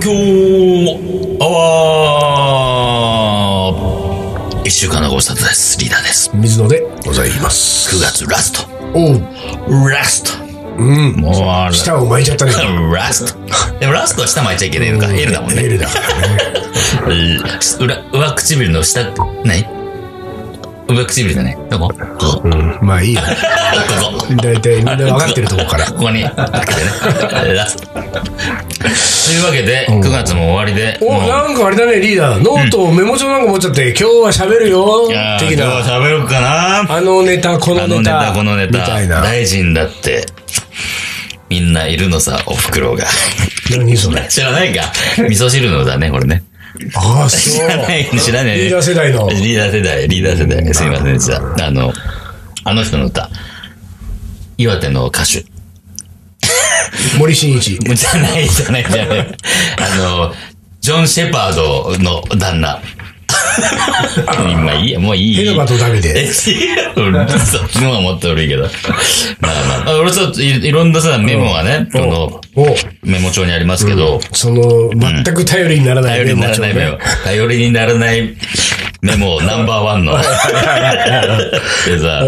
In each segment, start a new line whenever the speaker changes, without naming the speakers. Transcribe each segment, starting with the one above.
京アワー一週間のご無沙汰です。リーダーです。
水野でございます。
9月ラスト。
おう、
ラスト。
うん。
もうあれ
舌を巻いちゃったね。
ラスト。でもラストは下巻いちゃいけないのか。L だもんね。
L だからね。
う裏、上唇の下、ない上唇じゃないどこここ。こ
うん、まあいいよ。
こ。
大体みんな分かってるところから。
ここに、だけでね。ラスト。というわけで、9月も終わりで、
お、
もう
なんかあれだね、リーダー。ノート、メモ帳なんか持っちゃって、今日は喋るよ
いや、ー
的
今
な。
日喋ろうかな。
あのネタ、この
あの
ネ
ネ
タ。
タ、このネ
みたい
タ、
な。
大臣だって、みんないるのさ、おふくろが。
何それ。
知らないか味噌汁のだね、これね。
ああ、
知
そう
ら。ない、知らない。
リーダー世代の
リーダー世代、リーダー世代。すいませんでした。あの、あの人の歌。岩手の歌手。
森進一。
じゃない、じゃない、じゃ ない。あの、ジョン・シェパードの 旦那。今いいや、もういい。
ヘルバとダビ
え、
デ。
違うの、そっちのはもっと悪いけど。まあまあ、俺ちょっといいろんなさ、メモがね、この、
お、
メモ帳にありますけど、
その、全く頼りにならない
頼りにならないメ
ね
モ。頼りにならないメモ、ナンバーワンの。でさ、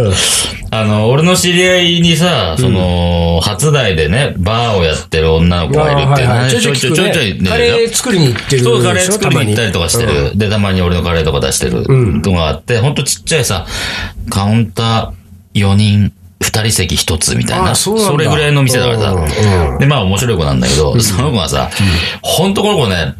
あの、俺の知り合いにさ、その、初代でね、バーをやってる女の子がいるっていう
あーはいはい
話、
ちょいちょい聞くね
ね
カレー作りに行ってる
そう、カレ
で
ー
しょ
作りに行ったりとかして
たま
る。で、たまに俺のカレーとか出してるのがあって、ほんとちっちゃいさ、カウンター4人、2人席1つみたいな。
あそうなんだ
れぐらいの店だから
うん
さ。で、まあ面白い子なんだけど、その子はさ、ほんとこの子ね、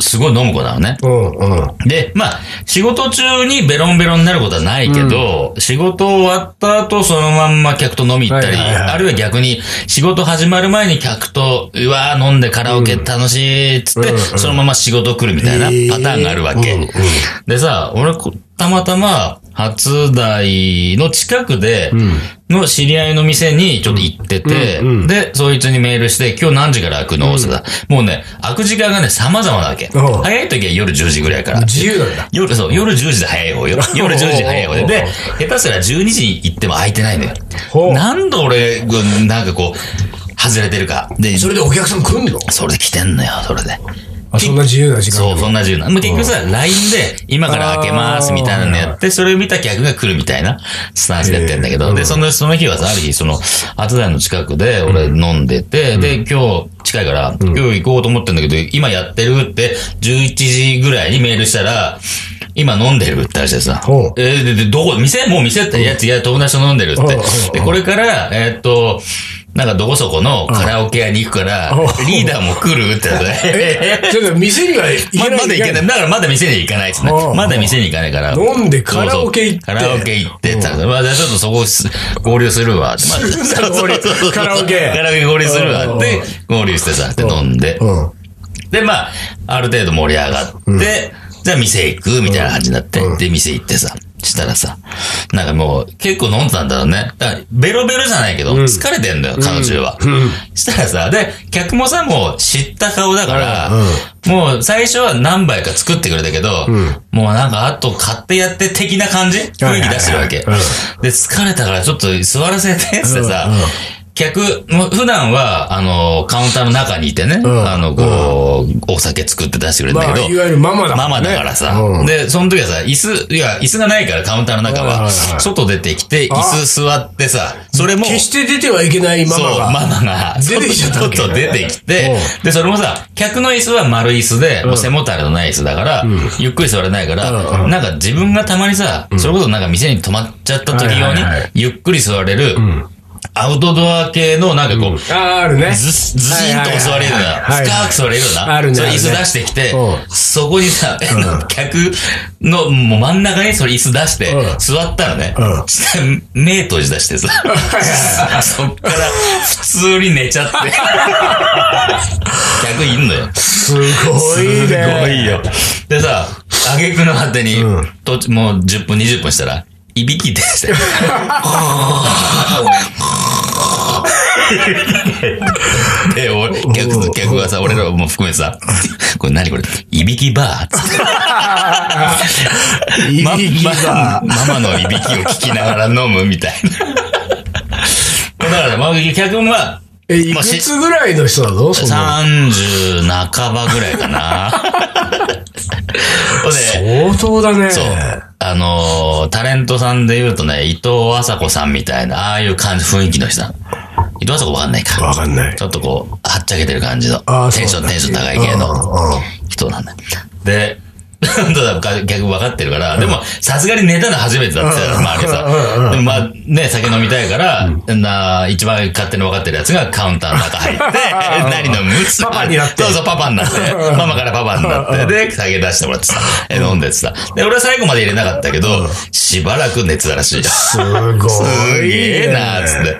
すごい飲む子なのね。
うん、うん。
で、まあ、仕事中にベロンベロンになることはないけど、仕事終わった後そのまんま客と飲み行ったり、
はいはいはい
あるいは逆に仕事始まる前に客と、うわー飲んでカラオケ楽しいっつって、
うんうん
そのまま仕事来るみた
え
い
ー
なパターンがあるわけ。
うんうん
でさ、俺こ、たまたま、初台の近くで、の知り合いの店にちょっと行ってて、
うんうん
で、そいつにメールして、今日何時から開くのってさ、もうね、開く時間がね、様々なわけ。
うん
早い時は夜10時ぐらいから。
自由なんだ。
夜、そう、夜10時で早い 方よ。夜10時早い方で。で、下手すら12時に行っても空いてないのよ
ほ。う
なんで俺、なんかこう、外れてるか。で、
そ
それ
れでお客さん来んの
で来てんのよ、それで。
あ、そんな自由な時間。
そう、そんな自由な。もう結局さ、LINE で、今から開けます、みたいなのやって、それを見た客が来るみたいなスタンスでやってんだけど、で、その、その日はさ、ある日、その、後台の近くで、俺飲んでて、で、今日、近いから、今日行こうと思ってんだけど、今やってるって、11時ぐらいにメールしたら、今飲んでるって話でさ
ほう、
えーで、で、どこ、店もう店って、いや、違う、友達と飲んでるっ
ほうほう
て
ほ。う
で、これから、えーっと、なんかどこそこのカラオケ屋に行くから
ほう、
リーダーも来るって言って
え、 ちょっと店には行けな
ま
い。
まだ行けない。だからまだ店に行かないですね
あ。あ
まだ店に行かないから。
飲んでカラオケ行って
そうそうカラオケ行ってた。まあ、じゃあちょっとそこす合流するわって。まあ
するんだ 合流
そうそうそう
カラオケ
カラオケ合流するわって、合流してさ、で飲んで。
うん。
で、まあ、ある程度盛り上がって、じゃあ店行くみたいな感じになって、で、店行ってさ、したらさ、なんかもう、結構飲んでたんだろうね。だからベロベロじゃないけど、疲れてんだよ、彼女は。したらさ、で、客もさ、もう知った顔だから、もう最初は何杯か作ってくれたけど、もうなんかあと買ってやって的な感じ雰囲気出してるわけ。
はいはいはい
で、疲れたからちょっと座らせてってさ、
うんうん
客、もう普段は、あの、カウンターの中にいてね、
ん
あの、こう、お酒作って出してくれるん
ま
だ
あ、
け
い
ど、
わゆるママだ。
ママだからさ、
うん
で、その時はさ、椅子、いや、椅子がないからカウンターの中
はいはい
は、
はい
外出てきて、椅子座ってさ、それも、
決して出てはいけないママ
そう、
が。
ママが、
出てきちゃったわけ
外出てきて、で、それもさ、客の椅子は丸椅子で、もう背もたれのない椅子だから、ゆっくり座れないから、
うん
なんか自分がたまにさ、それこそなんか店に泊まっちゃった時用
はい
に
はいはい、
ゆっくり座れる、アウトドア系のなんかこう、
ああ、あるね。
ず、ずしんとこう座れるよう
はい
な、
はいはいはい
深く座れるような、
あるね
それ
あ
椅
るね
子出してきて
う、
そこにさ、客のもう真ん中にそれ椅子出して
う、ん
座ったのね
う。ん
したら目閉じ出し てさ、そっから普通に寝ちゃって。 客いんのよ。
すごいね。
すごいよ。でさ、あげくの果てに、ともう10分、20分したら、いびき出して。 で、俺、客、客がさ、俺らも含めてさ、これ何これ、いびきバーっつって
い
ま
びきが。
まママのいびきを聞きながら飲むみたいな。だから、まあ、客は、
え、いくつぐらいの人なのその
30半ばぐらい かな。ほんで、
相当だね。
そう。あのータレントさんで言うとね、伊藤麻子さんみたいな、ああいう感じ、雰囲気の人なの。伊藤麻子わかんないか。
わかんない
ち。ょっとこう、はっちゃけてる感じの。
あー
テンシ
そ
ョ
う
ン、
だ
テンション高い系
うん
の
うんうん
人なんだ。で、 だから逆分かってるから、でも、さすがに寝たの初めてだって言ってたから、周り
うんうんう
さ。でもまあ、ね、酒飲みたいから、な、一番勝手に分かってるやつがカウンターの中入って、何のむつ
パパになって
そうそう、パパになって。ママからパパになって、で、酒出してもらってさ、え飲んでてさ。で、俺は最後まで入れなかったけど、しばらく寝てたらしい。
すごい。
すげえなーっつって。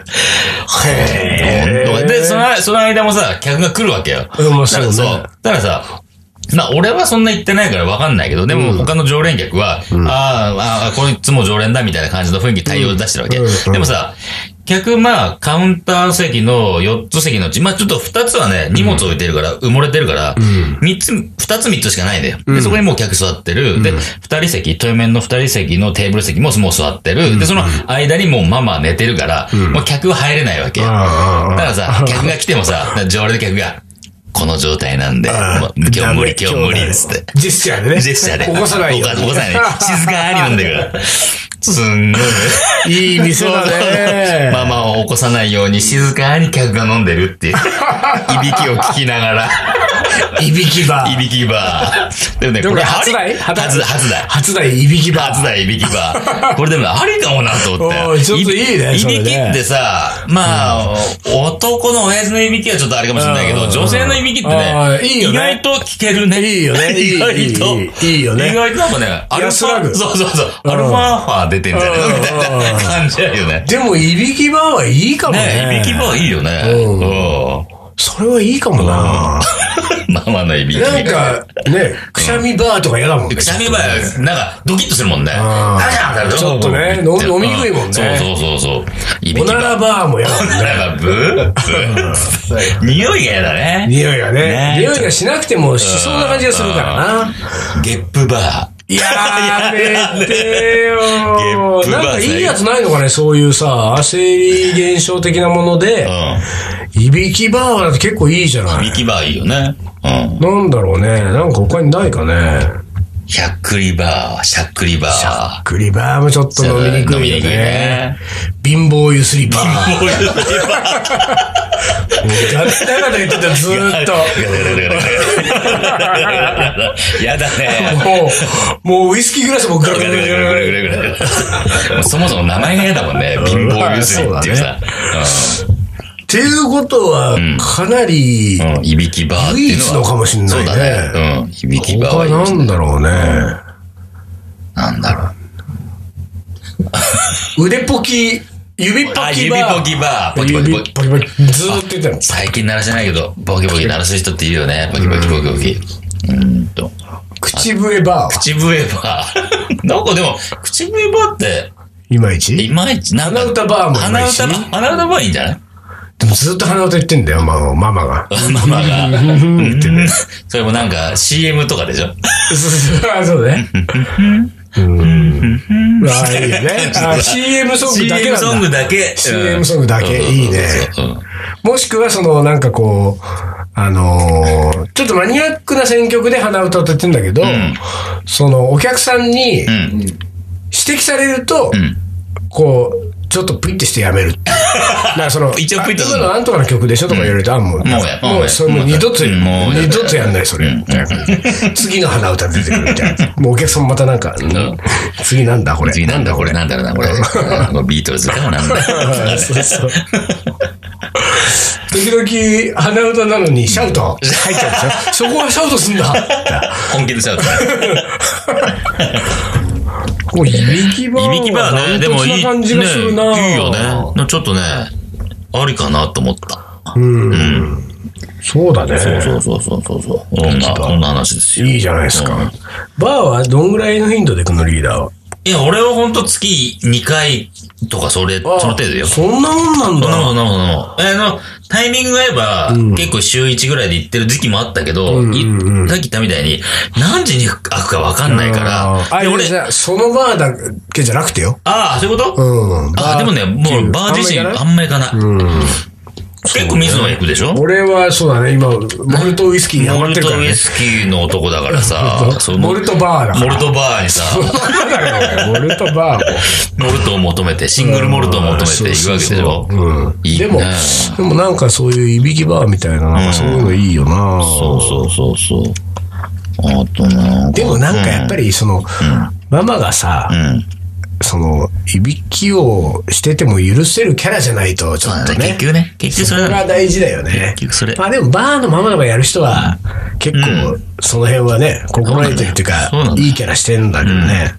へー
ほんとで、その、その間もさ、客が来るわけよ。
うんまあそうね
だからそうだからさ、まあ、俺はそんな言ってないから分かんないけど、でも他の常連客は、あーあー、こいつも常連だみたいな感じの雰囲気対応出してるわけ。
うんうん
でもさ、客、まあ、カウンター席の4つ席のうち、まあ、ちょっと2つはね、荷物置いてるから、埋もれてるから、三つ、2つ3つしかないんだよ。で、そこにもう客座ってる。で、2人席、対面の2人席のテーブル席ももう座ってる。で、その間にもうママは寝てるから、もう客は入れないわけ。だ
ああ
からさ、客が来てもさ、常連の客が、この状態なんで、も
ああ
う今日無理、今
ダ
日
メ
無理、つって。
ジェスチャーでね。
ジェスチャーで。
起こさないよ。
起こさ ない。静かに飲んでるから。すんごいね。
いい店だね。
ママを起こさないように静かに客が飲んで るっていう。いびきを聞きながら。
いびきバ
い
ー。
びきバー。でもね、
でも
これ
初代
初初初代。
初代いびきバー。
初代いびきバー。これでもありかもなと思
お
っ
ー
て。
ちょっといいね
び
それね
いびきってさ、まあ、男の親父のいびきはちょっとあれかもしれないけ
うん
ど、女性のいびきって
あー
ね、
いいよ
意
ね
外と聞けるね。
いいよねいい
意外と
い。いいいいよね
意外となんかね、アルフ
安ら
ァ、
ぐ
そうそうそう、
ん
アルファアルファ出てんじゃねえ
うん
のみたいな感じだよね。
でも、いびきバーはいいかもね。
ねいびきバーいいよね。
うん
う
それはいいかもな。
ん。ママのいびき。
なんか、ね、くしゃみバーとか嫌だもんね。
くしゃみばや、なんか、ドキッとするもんね。
あー
あじゃんだろ
ちょっとね飲み飲み食いもんね
そうそうそうそう。いび
お
き
な
ば。
らバーも嫌だもん ね。
なんか、ブーブー匂いが嫌だね。
匂いがね
ね。
匂いがしなくてもしそうな感じがするからな。
ゲップバー。
やめてよ
ゲップ
な
バー
んかいいやつないのかねそういうさ、焦り現象的なもので、いびきバーだって結構いいじゃ
うん。
な
ビ
い。
キバーいいよね。うん。
なんだろうね。なんか他にないかね。
しゃっくりバー、しゃっくりバー。
クリバーもちょっと飲みにくいよ
飲みにくい
ね
ね。
貧乏ゆすりバー。
こういうの
だだだだ言ってた、ずーっと。
やだね。
もう、もうウイスキーグラスもガラガラガラガラ
もうそもそも名前が嫌だもんね。貧乏ゆすりっていうさ。
っていうことは、かなり、
うんうん。いびきバーって
唯
いう
一
の
の
は。
かもしんな
そ
いうね。
だね。うん。いびきバー
他
はいいで
な
す
んだろうね。
なんだろう。
腕ポキ、指ポ
あ、
キ
指
は
ポキバー。ポキポキ
指
ポ
ポ
キ
キ。ポキ、ずーっと言ってたの。
最近鳴らしてないけど、ボキボキ鳴らす人っているよね。ボキボキボキボキ。うーんと。
口笛バーは。
口笛バー。 なんかでも、口笛バーって、
いまいち
いまいち、なんか
鼻歌バーもいま
鼻
いち
歌バー、鼻歌バーいいんじゃない
でもずーっと鼻歌言ってんだよ、ママママが。
ママが。
言ってね。
それもなんか CM とかでしょ
そうね。うん。ああ、いいよね。あ CM ソングだけ
?CM
な
ソン
ん
グ
だ。
だけ。
CM ソングだけ
うん
いいね
そうそうそう
もしくは、その、なんかこう、あのーちょっとマニアックな選曲で鼻歌歌ってんだけど、
ん
その、お客さんに指
うん。うん。
摘されると、
ん
こう、ちょっとプイってしてやめるっ ていう。だからその、
一応プイッと
あ
す
今
るの
のなんとかの曲でしょとか言われると、あ、もう、
もうや
もう、それもう二度と、
うんもうや
二度とやんない、それ。
うん
次の鼻歌出てくるみたいな。もうお客さんまたなんか、うん次なんだこれ。
次なんだこれ、なんだろうな、これ。 これビートルズかもなんだ。
そうそう。時々、鼻歌なのにシャウト入っちゃうでしょそこはシャウトすんだ。
本気でしゃうとね。
もう、いびきバー
い
は。
びきバーね、でもいい。
ダントツな感じがするな、
ねいいよね。なちょっとね、ありかなと思った。
そうだね。
そうそうそうそうそうそう。こんな、こんな話ですよ。
いいじゃないですか。
うん
バーはどんぐらいの頻度でこのリーダーは。
いや、俺はほんと月2回とか、それ、その程度よ。
そんなもんなん
そんな
だ。
もん、そんなもん、そんなもん。あの、タイミングが合えば、結構週1ぐらいで行ってる時期もあったけど、いさっき言ったみたいに、何時に開くか分かんないか
あ
ら、で
俺
俺、
じゃあそのバーだけじゃなくてよ。
ああ、そういうこと
うん。
ああ、でもね、もうバー自身、
あんま行かない
あんま行かない。結構水野は行くでしょ
俺はそうだね、今、モルトウイスキーにハマ
モ
っ
ル
てる
ト
から
ウ
ね
イ。スキーの男だからさ、その
モルトバーだか
モ
ら。
ルトバーにさ、
モルトバーも。
モルトを求めて、シングルモルトを求めて行くわけでしょ
そうそうそううん
いいね
でも、でもなんかそういういびきバーみたいな、なんかそういうのいいよな、
そうそうそうそう。あとな
でもなんかやっぱり、その、ママがさ、
うん。
その、いびきをしてても許せるキャラじゃないと、ちょ
まあ
っと
ね結
ね。
局ね、結局そ
そ
れ
れ
だ
は
ね
大事だよね
結。局それ。
まあでも、バーのママがやる人は、結構、その辺はね、心得てるっていうか
そうなんだよそうなん、だよ
いいキャラしてんだけどね。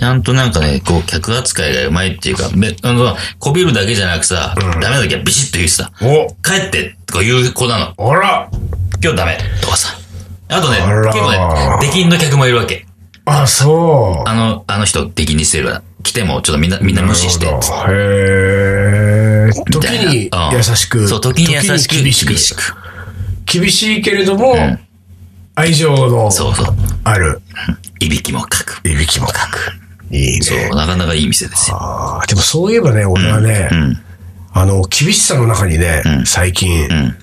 ちゃんとなんかね、こう、客扱いがうまいっていうか、め、あの、こびるだけじゃなくさ、ダメな時はビシッと言うしさ、
お
帰ってとか言う子なの。
あら
今日ダメとかさ。あとね、
あら
結構ね、出禁の客もいるわけ。
あ、そう。
あの、あの人出禁にしてるから、来てもちょっとみんな、みんな無視して。
へー
み
時
たいな
に
うん
優しく。
そう、時に優しく、
時に厳しく。
く。
厳しいけれども、愛情の
そうそう。
ある、
いびきもかく。
いびきもかく。いい
そう、
ね。
なかなかいい店ですよ。
あーでもそういえばね、俺はね、あの、厳しさの中にね、最近、
ん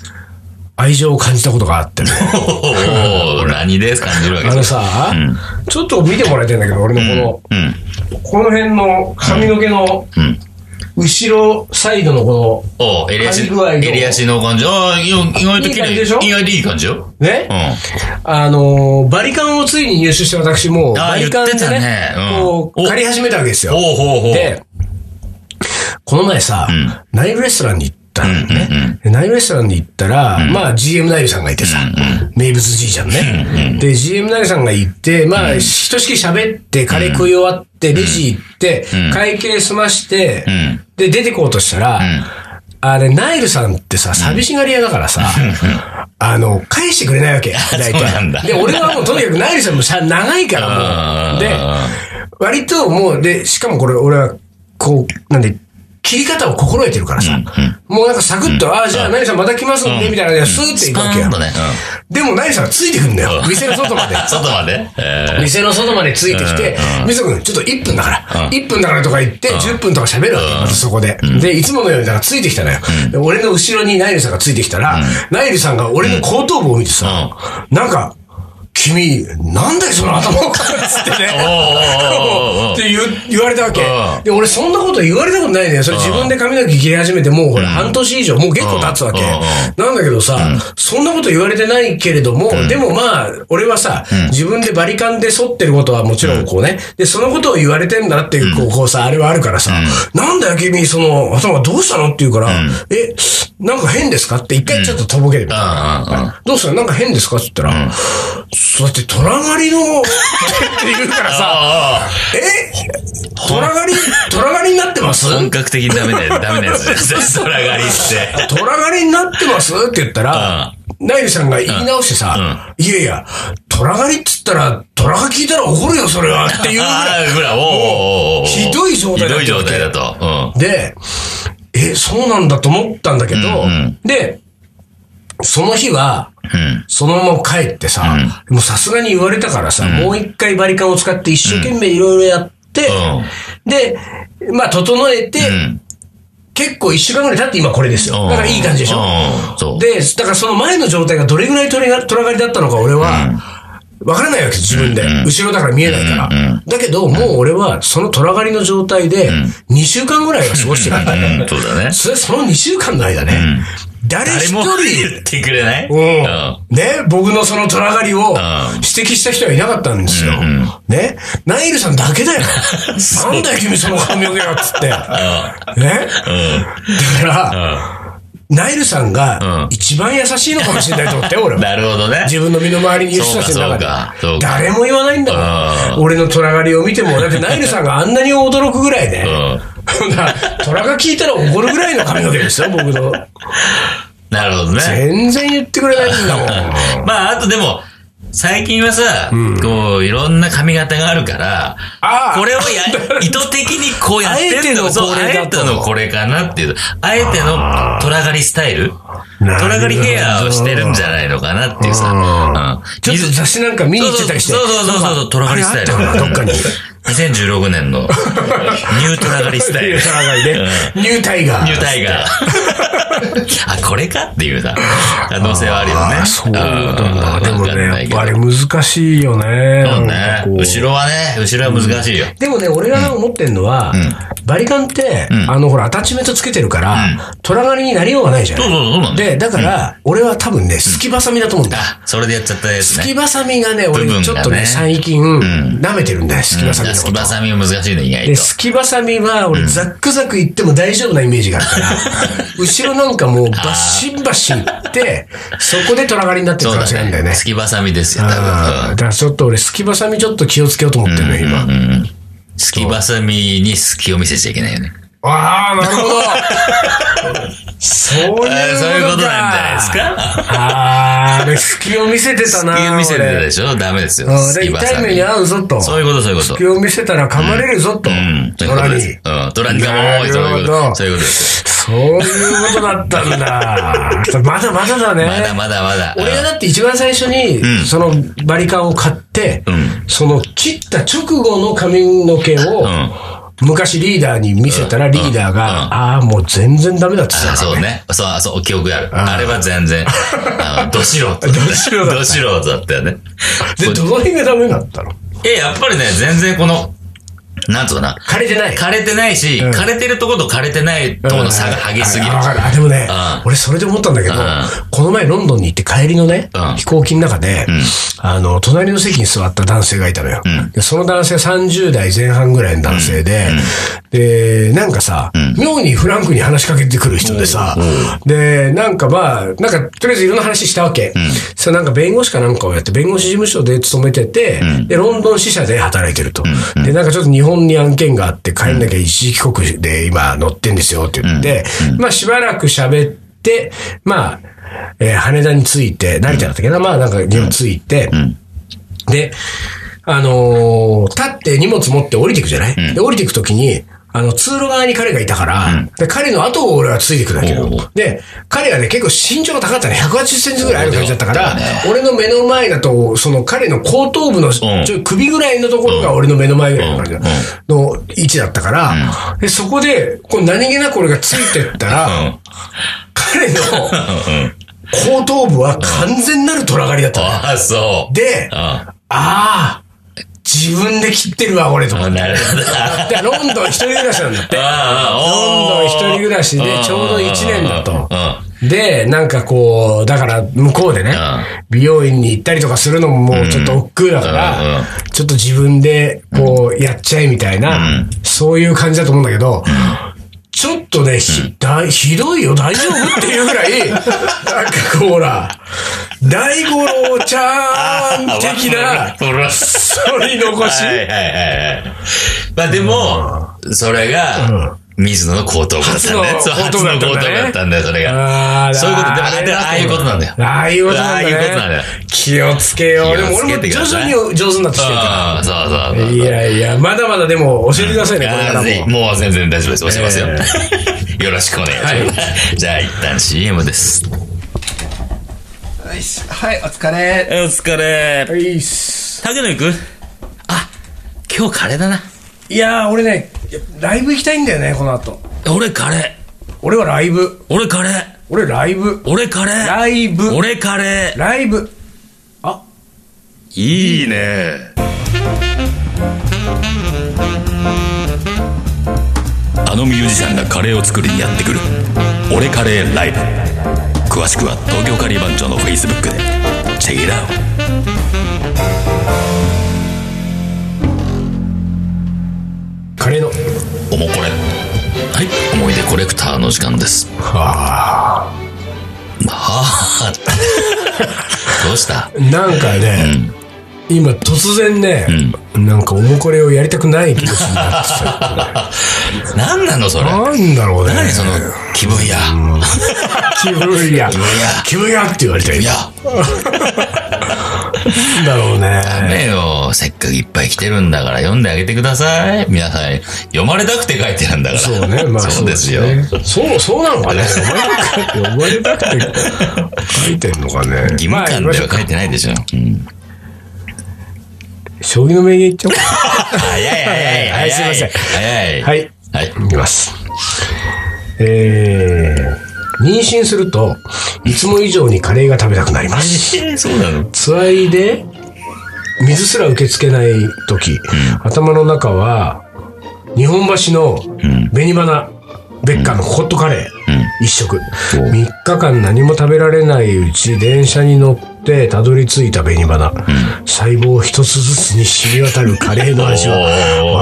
愛情を感じたことがあってね。
おお、何です感じるわけ
あの
です。
さ、ちょっと見てもらいたいんだけど、俺のこ
うん。
の、この辺の髪の毛の、
うん。
後ろサイドのこ
おう、襟足、
張り具合の
襟足の感じ。ああ、いや意外
い
と綺
い感じでしょ
麗。意外といい感じよ。
の、ね、
うん。
あのーバリカンをついに入手して私も、
あー
バリカンでね、
言ってたねうん
こう、
お
借り始めたわけですよ。
ほうほうほう。
で、この前さ、ナイブレストランに行ったのね。でナイブレストランに行ったら、まあ GM ナイブさんがいてさ、名物じいちゃんね。で、GM ナイブさんが行って、まあ、ひとしきり喋って、カレー食い終わって、レジ行って、会計済まして、
ん
で、出てこうとしたら、あれ、ナイルさんってさ、寂しがり屋だからさ、あの、返してくれない わけ。大
そうなんだ
体。で、俺はもうとにかくナイルさんもさ、長いからもう。で、割ともう、で、しかもこれ、俺は、こう、なんで、切り方を心得てるからさ、もうなんかサクッと、ああ、じゃあ、ナイルさんまた来ますんで、みたいな感じで、スーって
ス
行く
パ
わけ
ー
よ
ン。とね。
でも、ナイルさんはついてくんだよ。店の外まで
う。ん。外まで。えー
店の外までついてきて、水野君、ちょっと1分だから、1分だからとか言って、10分とか喋るわけ、まずそこで。で、いつものように、だからついてきたのよ。で俺の後ろにナイルさんがついてきたら、ナイルさんが俺の後頭部を見てさ、なんか、君、なんだよ、その頭をからつってね。
おうおうおうおう
って言う言われたわけ
う。ん
で、俺そんなこと言われたことないのよ。それ自分で髪の毛切り始めて、もうほら、半年以上、もう結構経つわけ。
うんうん
なんだけどさ、そんなこと言われてないけれども、でもまあ、俺はさ、自分でバリカンで剃ってることはもちろんこうね、で、そのことを言われてんだっていう、こうこうさ、あれはあるからさ、なんだよ君、その、頭どうしたのって言うから、え、なんか変ですかって一回ちょっととぼけてみた
うんうんうん。
どうするなんか変ですかって言ったら、そうやって虎狩りの、 って言うからさ、
ああ、
え虎狩り、虎狩りになってます
本格的にダメなやつ、ダメなやつじゃん。 空狩りって。
虎狩りになってますって言ったら、ナイルさんが言い直してさ、いやいや、虎狩りっつったら、虎が聞いたら怒るよ、それはっていうぐら
あ
い。
あ、ぐらい、おうおうおうおう
ひどい状態だ
ひ
った
ど
わけ
い状態だと。うん。
で、え、そうなんだと思ったんだけど、
うん
で、その日は、
うん。
そのまま帰ってさ、もうさすがに言われたからさ、もう一回バリカンを使って一生懸命いろいろやって、で、まあ、整えて、
うん。
結構一週間ぐらい経って今これですよ。だからいい感じでしょ
うんそう。
で、だからその前の状態がどれぐらいトラ狩りだったのか俺は、わからないわけ自分で。後ろだから見えないから。だけど、もう俺はそのトラ狩りの状態で、2週間ぐらいは過ごしてるんだ
う
よ
ん、そうだね。
それその2週間の間ね、誰
誰
一
も
人、
言ってくれないうん。
うんね、僕のその虎狩りを指摘した人はいなかったんですよ。ね、ナイルさんだけ だよ。なんだよ、君その髪の毛がっつって。ね、だから、ナイルさんが
うん
一番優しいのかもしれないと思って、俺 は。
なるほどね。
自分の身の回りにいる人たちの
そう
中
か
で
そうかそう。か
誰も言わないんだから。俺の虎狩りを見ても、だってナイルさんがあんなに驚くぐらいで。
うん。
だから虎が聞いたら怒るぐらいの髪の毛ですよ、僕の。
なるほどね。
全然言ってくれないんだもん。
まあ、あとでも、最近はさ、こう、いろんな髪型があるから、
ああ
これを や、意図的にこうやってる
あえての
そ
こ
う
れだと
あえてのこれかなっていう。あえての虎狩りスタイル
なるほど
虎狩りヘアをしてるんじゃないのかなっていうさ。うん
ちょっと雑誌なんか見に行ってたりして。
そうそうそうそうそうそうそうそう虎狩りスタイル
あれあったかなどっかに。
2016 年のニュートラガリスタイル。
ニュートラガリねニュータイガー。
ニュータイガー。 あ、これかっていうさ、可能性はあるよね。
あそう
う
だ
ん
な。でも
わかんな
ね、や
い
っ
けど
ぱり難しいよね。
そ
な
う
ん
ね
か。こう
後ろはね、後ろは難しいよ。
でもね、俺が思ってんのは、バリカンって、
ん
あの、ほら、アタッチメントつけてるから、トラガリになりようがないじゃ。
そうんそうそうなんだよ。
で、だから、俺は多分ね、すきばさみだと思うんだ。
あ、それでやっちゃったやつ
す
ね。
きばさみがね、俺
部分がね
ちょっとね、最近、舐めてるんだよ、すきばさみの
す
こ
き
と
ば。さみ難しいね、意外
で、
と。
すきばさみは、俺、ザックザクいっても大丈夫なイメージがある から、後ろなんかもう、バッシンバシンいって、そこでトラガリになってる
そう
可能性があ
だ
るんだよね
ね。。すきばさみですよ、多
ああだ
分。
からちょっと俺、すきばさみちょっと気をつけようと思ってるね、今。
うん。すきばさみに隙を見せちゃいけないよね。
ああ、なる ほど。そういうこと
あーそういうことなんじゃないですか
ああ、俺、隙を見せてたな。
隙を見せてた
俺
でしょダメですよ
う。ん
す
で
きばさ
痛い目
み
に。遭うぞと。
そういうこと、そういうこと。
隙を見せたら噛まれるぞと。
うん。そういうこと
虎
で
に
す。うん。ドラにが多い、そういうこ
なるほ
と。
ど
そういうことです。
そういうことだったん だ。まだまだだね。
まだまだまだ。
俺がだって一番最初に、
ん
そのバリカンを買って、
ん
その切った直後の髪の毛を、
ん
昔リーダーに見せたらリーダーが、ああ、もう全然ダメだって言
あ
ってたか
そう
らね。
ね。そう、そう、記憶ある。あれは全然、あ の、ど素人。ど
素人だった
ど素人だったよね。
で、どの辺がダメだったの
え、やっぱりね、全然この、なんつうかな。
枯れてない。
枯れてないし、枯れてるとこと枯れてないとこの差が激しすぎる
あ。わかる。あでもね
うん、
俺それで思ったんだけど
うん、
この前ロンドンに行って帰りのね
うん、
飛行機の中で、あの、隣の席に座った男性がいたのよ。でその男性30代前半ぐらいの男性で、で、なんかさ、妙にフランクに話しかけてくる人でさ、で、なんかまあ、なんかとりあえずいろんな話したわけ。それなんか弁護士かなんかをやって、弁護士事務所で勤めてて、で、ロンドン支社で働いてると。で、なんかちょっと日本に案件があって帰んなきゃ一時帰国で今乗ってんですよって言って、まあしばらく喋って、まあ、えー羽田に着いて、成田だったっけな、まあなんか日本着いて、で、あのー立って荷物持って降りていくじゃない、で、降りていくときに、あの、通路側に彼がいたから、で、彼の後を俺はついていくんだけど
おう、
で、彼はね、結構身長が高かったね、180センチぐらいある感じだったから、
そうだよね
俺の目の前だと、その彼の後頭部の、ちょい首ぐらいのところが俺の目の前ぐらいの感じだの位置だったから、で、そこで、こう何気なく俺がついてったら、
うん。
彼の後頭部は完全なる虎狩りだったの。
ああ、そう。
で
う、ん。
ああ、自分で切ってるわ、俺と思って。
なるほど。
でロンドン一人暮らしなんだって。
ああ、
ロンドン一人暮らしでちょうど一年だとで、なんかこう、だから向こうでね、
う
美容院に行ったりとかするのももうちょっと億劫だから、
うんうん
ちょっと自分でこうやっちゃえみたいな、そういう感じだと思うんだけど、ちょっとね、ひ、だ、ひどいよ、大丈夫っていうぐらい、なんかこうほら、大五郎ちゃん的な、
それ
反り残し。
はいはいはいはい。まあでも、それが、水野の後頭部だったんだよ。そう
初
初の
の
後
後頭
頭部
部だったんだね
だったんだよ、それ
あ
が。
ー
そういうこと、でも、
あ
あ
れ
でもああいうことなんだよ。
ああいうことなん
ああいうことな
だ
んだ
ね
よ。
気をつけよう。でも
気をつ
俺
け
も
てく
徐
ださい
々に上手になってきてるか
うんそうそう
ら。
そう。
いやいや、まだまだでも教えてくださいね、これからも。
あーぜひもう全然大丈夫です。押しますよ。 よろしくお願いします。じゃあ、一旦 CM です。
よしはい、お疲れ。
お疲れ。
はいっす
竹野行くあ、今日カレーだな。
いやー、俺ね、ライブ行きたいんだよね、この後。
俺カレー。
俺はライブ。
俺カレー。
俺ライブ。
俺カレー。
ライブ。
俺カレ
ライブ。
ー。いいね。あのミュージシャンがカレーを作りにやってくる「俺カレーライブ」詳しくは東京カリー番長のフェイスブックでチェックイラウ
カレーの。
おもこれはい思い出コレクターの時間ですはあどうした
なんかね、今突然ね、なんかおもこれをやりたくない気持 ちになってきちゃった。
何なのそれ
なんだろうね。
何その気分や
気分や。気分やって言われた
い
よ。
や
なんだろうね。
ねえよせっかくいっぱい来てるんだから読んであげてください皆さん読まれたくて書いてるんだから
そうね、まあ
そうですよ
ねそう、そうなのかね。呼ばれたくて、書いてんのかね。
義務感では
まあ
書いてないでしょ、うん
将棋の名言いっちゃおうか。
早い早い早い。
はいすいません
早い。
はい。
はい。
いきます。えー、妊娠すると、いつも以上にカレーが食べたくなります。
えーそうなの
つわいで、水すら受け付けない時、頭の中は、日本橋の紅花、ベッカのホットカレー、一食。
お
3日間何も食べられないうち、電車に乗ってたどり着いた紅花。細胞一つずつに染み渡るカレーの味は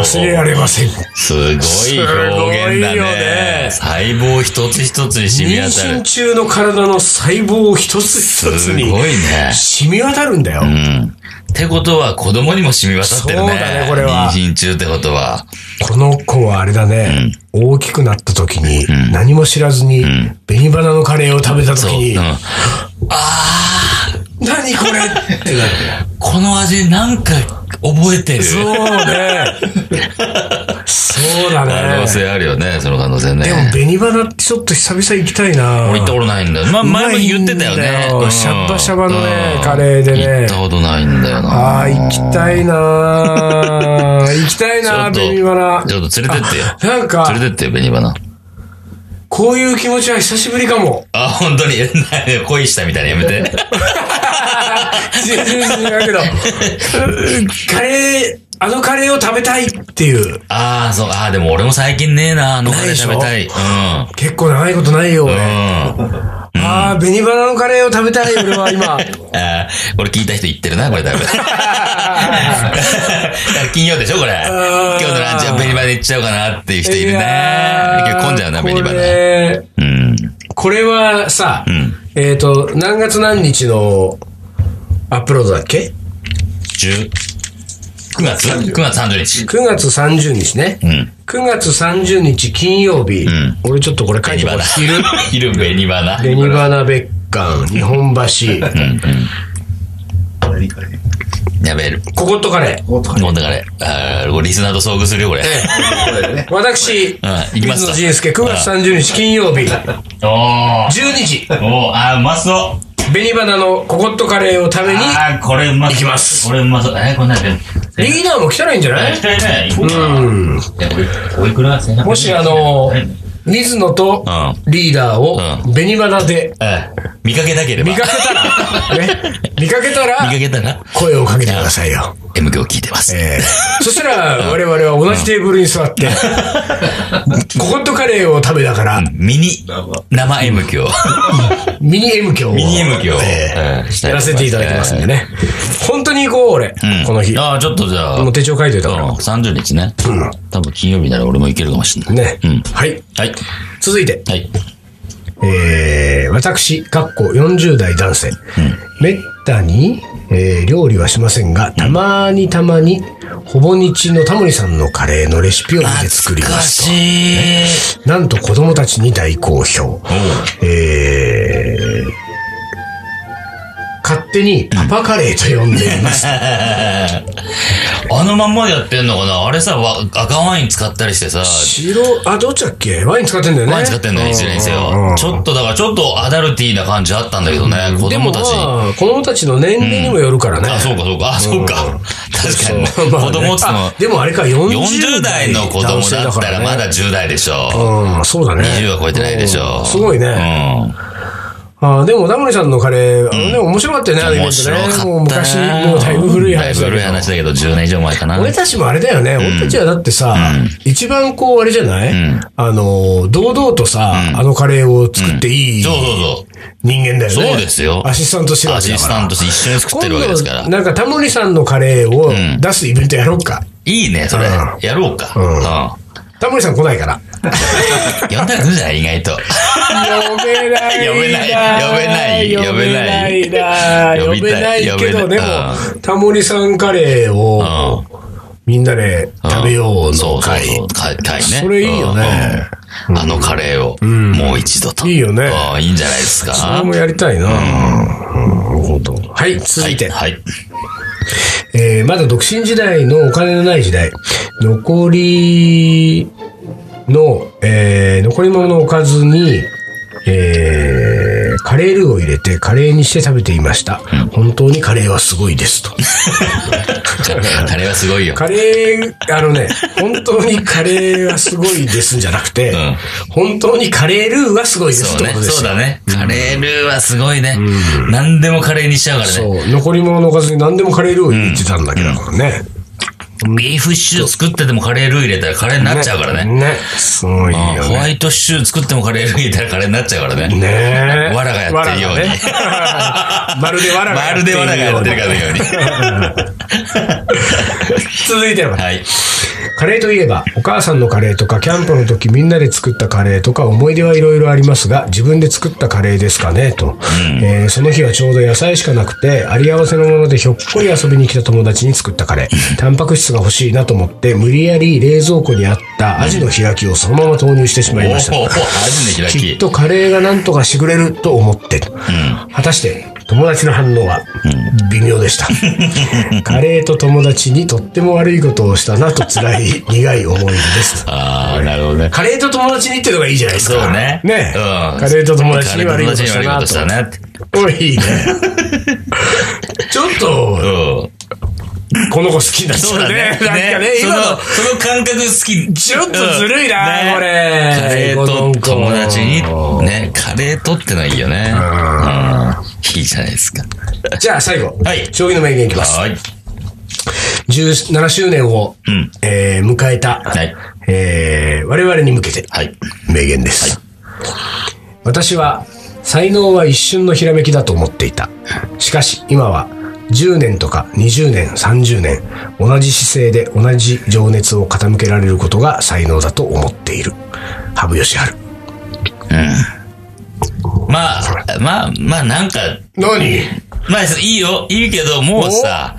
忘れられません。
すごい表現だ
すごいよね
ね。細胞一つ一つに染み
妊
当
娠
たる。
中の体の細胞を一つ一つ
すごい
に
ね。
染み渡るんだよ。
うん。ってことは子供にも染み渡ってるね。
そうだねこれは
妊娠中ってことは。
この子はあれだね、大きくなった時に、何も知らずに、紅花のカレーを食べた時
そう。う
に、
ん。あ
何これ
あー、
ってなるね。
この味なんか覚えてる。
そうね。そうだ
可能
ね。
性あるよね、その可能性ね。
でも、紅花ってちょっと久々行きたいな
俺行ったことないんだよ。まあ、
うま
前も
い
言
ん
っ
だよ
てたよね。うん
シャバシャバのね
うん
カレーでね
行ったことないんだよな。
ああ、行きたいな 行きたい
ちょ
な
っと、
紅花。
ちょっと連れてってよ。
なん
連
か、
れてってよ、紅花。
こういう気持ちは久しぶりか も。
あ、本当に、何恋したみたいなやめて。
全然違うけど、カレー、あのカレーを食べたいっていう。
ああ、そう、ああ、でも俺も最近ねえな、あのカレ
ないで
ー
しょ
食べたい。うん。
結構長いことないよ、俺。
うん。
あ
あ
あー、紅花のカレーを食べたい、俺は今。
あー、これ聞いた人言ってるな、これ多 分。だから金曜でしょ、これ。今日のランチは紅花で行っちゃおうかなっていう人いる
いや
な。
ー
結構混んじゃうな、紅
こ
花。
れ、
うん。
これはさ、
ん
えっ、と、何月何日のアップロードだっけ
10 9月 ?9 月30日。
?9 月30日ね。
うん。
9月30日金曜日。
ん
俺ちょっとこれ書いて もらっていい
昼 昼紅花。
紅花別館、日本橋、
やべえる。
ココットカレー。
おっと
もうだから、あーこれリスナーと遭遇するよ、これ。
これでね。
私、
うん行きま
水
す
野
か
仁介、9月30日金曜日、12
おー。
時、
おー、あー、うまそう。
紅花のココットカレーを食べに、
あー、これうまそう。
行きます
これうまそう。えー、こんなんで。え
リーダーも来たらいいんじゃない
行きたいね。行こうかな
うん。
いやこれおいくら1800円
もしあの、水野とリーダーを
う
紅花で
えー見かけなければ。
見かけた ら、ね、見かけた
見からけたら、
声をかけてくださいよ。
M 響聞いてます。
えーそしたら我々は同じテーブルに座って、ココットカレーを食べながら、
ミニ、生 M 響。
ミニ M 響を。
ミニ M 響を
えー
えーしたい
や
と思います
らせていただきますんでね。本当に行こう、俺
うん。
この日。
ああ、ちょっとじゃあ。
もう手帳書いといた
う
か
ん
ら。
30日ね。
ん
多分金曜日なら俺も行けるかもしれない。
ね
うん。。
はい。
はい。
続いて。
はい。
えー私、かっこ40代男性、めったに、えー料理はしませんが、たまにたまに、ほぼ日のタモリさんのカレーのレシピを見て作りますと。
しい。
なんと子供たちに大好評。えー勝手にパパカレーと呼んでいます。
あのまんまでやってんのかなあれさ、わ赤ワイン使ったりしてさ、
白、あ、どっちだっけワイン使ってんだよね。
ワイン使ってんのよ、いずれにせ
うん
よ。ちょっと、だからちょっとアダルティーな感じあったんだけどね、子
でも
供
ま
たちに。
あ、子供たちの年齢にもよるからね。
あ、そうか、そうか、あ、そうか。確かにね。
まあね
子供っつって
あでもあれか、
も、
40
40
代
代の子供だったらまだ
男性
10代でしょ。
だからねうん、そうだね。
20は超えてないでしょ。
うんすごいね。
ね。
あーでも、ダムリさんのカレー、あのね、面白かったよね、あれ
面白かったな。
もう昔、もうだいぶ古い話
だ
だ
いぶ古い
け
話
ど。
だけど、10年以上前かな。
俺たちもあれだよね。俺たちはだってさ、一番こう、あれじゃない、
ん
あの、堂々とさ、あのカレーを作っていい
そう
人
そうそう。
間だよね。
そうですよ
アシスタントしてるわ
ア
けだ
シス
か
タ
ら
ント。して一緒に作ってるわけですから。
今度なんかタモリさんのカレーを出すイベントやろうか。
いいね、それ
う。
やろうか。
ん
うん。
タモリさん来ないから。
呼んだら来るじゃない意外と。
呼べない。
呼べない
呼
呼
べ
べ
な
ないい
な。呼
呼
べ
び
な
たい
いけ
呼
ど、
べ
でも
な、
タモリさんカレー
う
を
ん
みんなで食べよう
そ
の
うそう
会。
そう。か会ね。
それいいよね
うん。うんあのカレーを、もう一度と。
いいよね
うんいいんじゃないですか。
それもやりたいな。うんなるほどはい、続いて。
はい。はい
えーまだ独身時代のお金のない時代、残りの、えー残り物のおかずに、えーカレールーを入れてカレーにして食べていました。本当にカレーはすごいですと。
カレーはすごいよ。
カレー、あのね、本当にカレーはすごいですんじゃなくて、
ん
本当にカレールーはすごいですっ
そう
てこ
ね。
とです
そう
よ
だね。カレールーはすごいね。何でもカレーにしちゃうからね。
そう残り物のおかずに何でもカレールーを言ってたんだけどね。
ビーフシチュー作っててもカレールー入れたらカレーになっちゃうからね。
ね。すごいよ
うんホ
ね。
ワイトシチュー作ってもカレールー入れたらカレーになっちゃうからね。
ねえ。
わらがやってるように
わらがねまるでわらが
まるでわらがやってるかのように。
続いては、
はい。
カレーといえば、お母さんのカレーとか、キャンプの時みんなで作ったカレーとか、思い出はいろいろありますが、自分で作ったカレーですかね、と。えーその日はちょうど野菜しかなくて、あり合わせのものでひょっこり遊びに来た友達に作ったカレー。タンパク質が欲しいなと思って、無理やり冷蔵庫にあったアジの開きをそのまま投入してし
お
まいました。
おお初めて開
きっ
き。
とカレーが何とかしてくれると思って、果たして友達の反応は微妙で した、カレーと友達にとっても悪いことをしたなと辛い苦い思い出です
ああ、なるほどね。
カレーと友達にっていうのがいいじゃないです
そ
か
うね。
ね、
うん。
カレーと友達に悪いことし
カ
た
レーと友達に悪い
な
こととしたなって。
おいい いねちょっと
うん。
この子好きになっち
そう
ゃ
だ
うね
ね。
なんかね
その
今の、
その感覚好き。
ちょっとずるいな
うん
これ
カレーと友達に、ね、カレーとってのはいいよね。うん。いいじゃないですか。
じゃあ最後、
はい
将棋の名言いきます
はい。
17周年を、
うん
えー迎えた、
はい
えー我々に向けて
はい。
名言です、私は才能は一瞬のひらめきだと思っていたしかし今は10年とか20年30年同じ姿勢で同じ情熱を傾けられることが才能だと思っている羽生善治
まあ、まあ、まあなんか、
何
まあいいよ、いいけど、もうさ、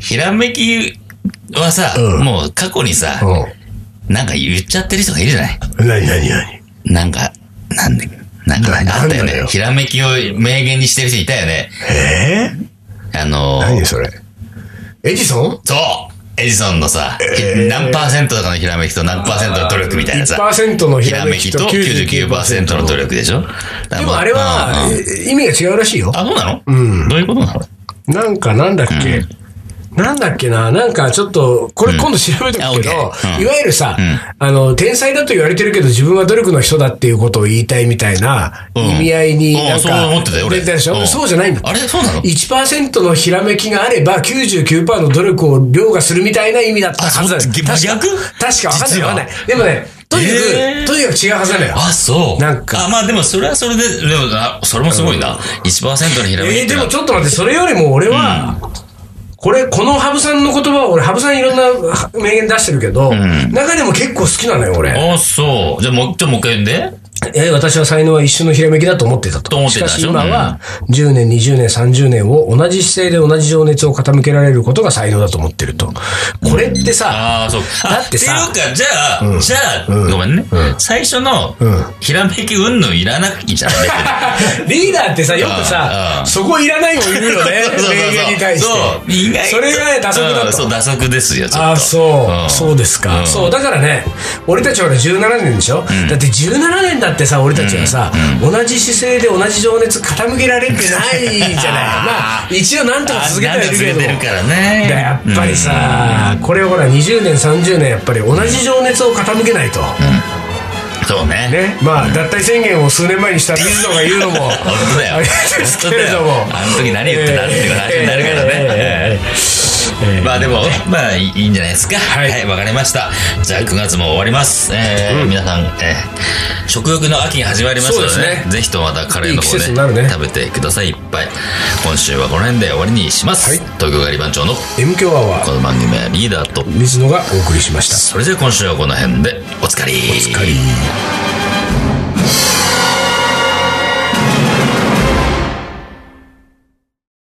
ひらめきはさ、
うん
もう過去にさ、
う
なんか言っちゃってる人がいるじゃない
ん何何何
なんか、なんで、なんか
な
あった
な
よ
んだ
ね
よ。
ひらめきを名言にしてる人いたよね。
えー、
あのー
何それエジソン
そうエジソンのさ、
えー
何パーセントとかのひらめきと何パーセントの努力みたいなさ。
1%のひ
ひ
ら
ら
め
め
き
き
と
と
99%
99%
の
の努力でしょ
でもあれは、
うんうん
え意味が違うらしいよ。
あ、そうなの
うん
どういうことなの
なんかなんだっけ、なんだっけななんかちょっと、これ今度調べて
あ
おくけ
OK
ど、
うん
いわゆるさ、
うん
あの、天才だと言われてるけど自分は努力の人だっていうことを言いたいみたいな
うん
意味合いになんか、
うんそう思ってたよ俺
出てたでしょ
うん
そうじゃないんだって
あれそうなの
1%のひらめきがあれば99%の努力を凌駕するみたいな意味だったはずだよ
あそう
確か
逆
確かわかんない
実は
わかんない。でもね、とにかく、
えー
とにかく違うはずなのよ。
あ、そう。
なんか
あ、まあでもそれはそれで、でも、あそれもすごいな。1%のひらめき
え
っ
ー
て
で
のは。
もちょっと待って、それよりも俺は、これ、この羽生さんの言葉を、俺、羽生さんいろんなは名言出してるけど、
ん
中でも結構好きなのよ、俺。
あ、そう。じゃあもう、じゃあもう一回言うんで。
えー私は才能は一瞬のひらめきだと思ってたと。
と思ってたで
しかし
しょ
今は、10年、20年、30年を同じ姿勢で同じ情熱を傾けられることが才能だと思ってると。これってさ、
ああ、そう。
だってさ
あっていうか、じゃあ、じゃあ、ごめんね。最初の、ひらめきうんぬんいらなくていいじゃん。別に
リーダーってさ、よくさ
う、ん
そこいらないもいるよね
そう、そうそう
名言に対して。
そう。意外と
それがね、打足だ
うん
と
そう、。打足ですよ、ちょっと。
ああそう、
ん
そうですか、
うん
そうだからね俺たちは17年でしょ、だって17年だってさ俺たちはさ、同じ姿勢で同じ情熱傾けられてない じゃないまあ一応なんとか続けてはいるけれど
あなん
も
か続けてるからね。
だやっぱりさ、これをほら20年30年やっぱり同じ情熱を傾けないと、
うん。そうね。
ねまあ脱退宣言を数年前にした水野が言うのも
本当だよ。
あれですけれども
本当だよあの時何言ってたっていう話になるからね。
えええ
まあでも、まあいいんじゃないですか。はいい、わ、かりました。じゃあ9月も終わります。えー皆さん、えー食欲の秋が始まりますの
そ
で
う
ね
ですね
ぜひともまたカレーの方
いい季節
で
になるね
食べてください、いっぱい。今週はこの辺で終わりにします。
はい
東京ガリ番長の
え M 強アワ
こ
ー
の番組はリーダーと、
水野がお送りしました
それでは今週はこの辺でおつかり。おつ
かり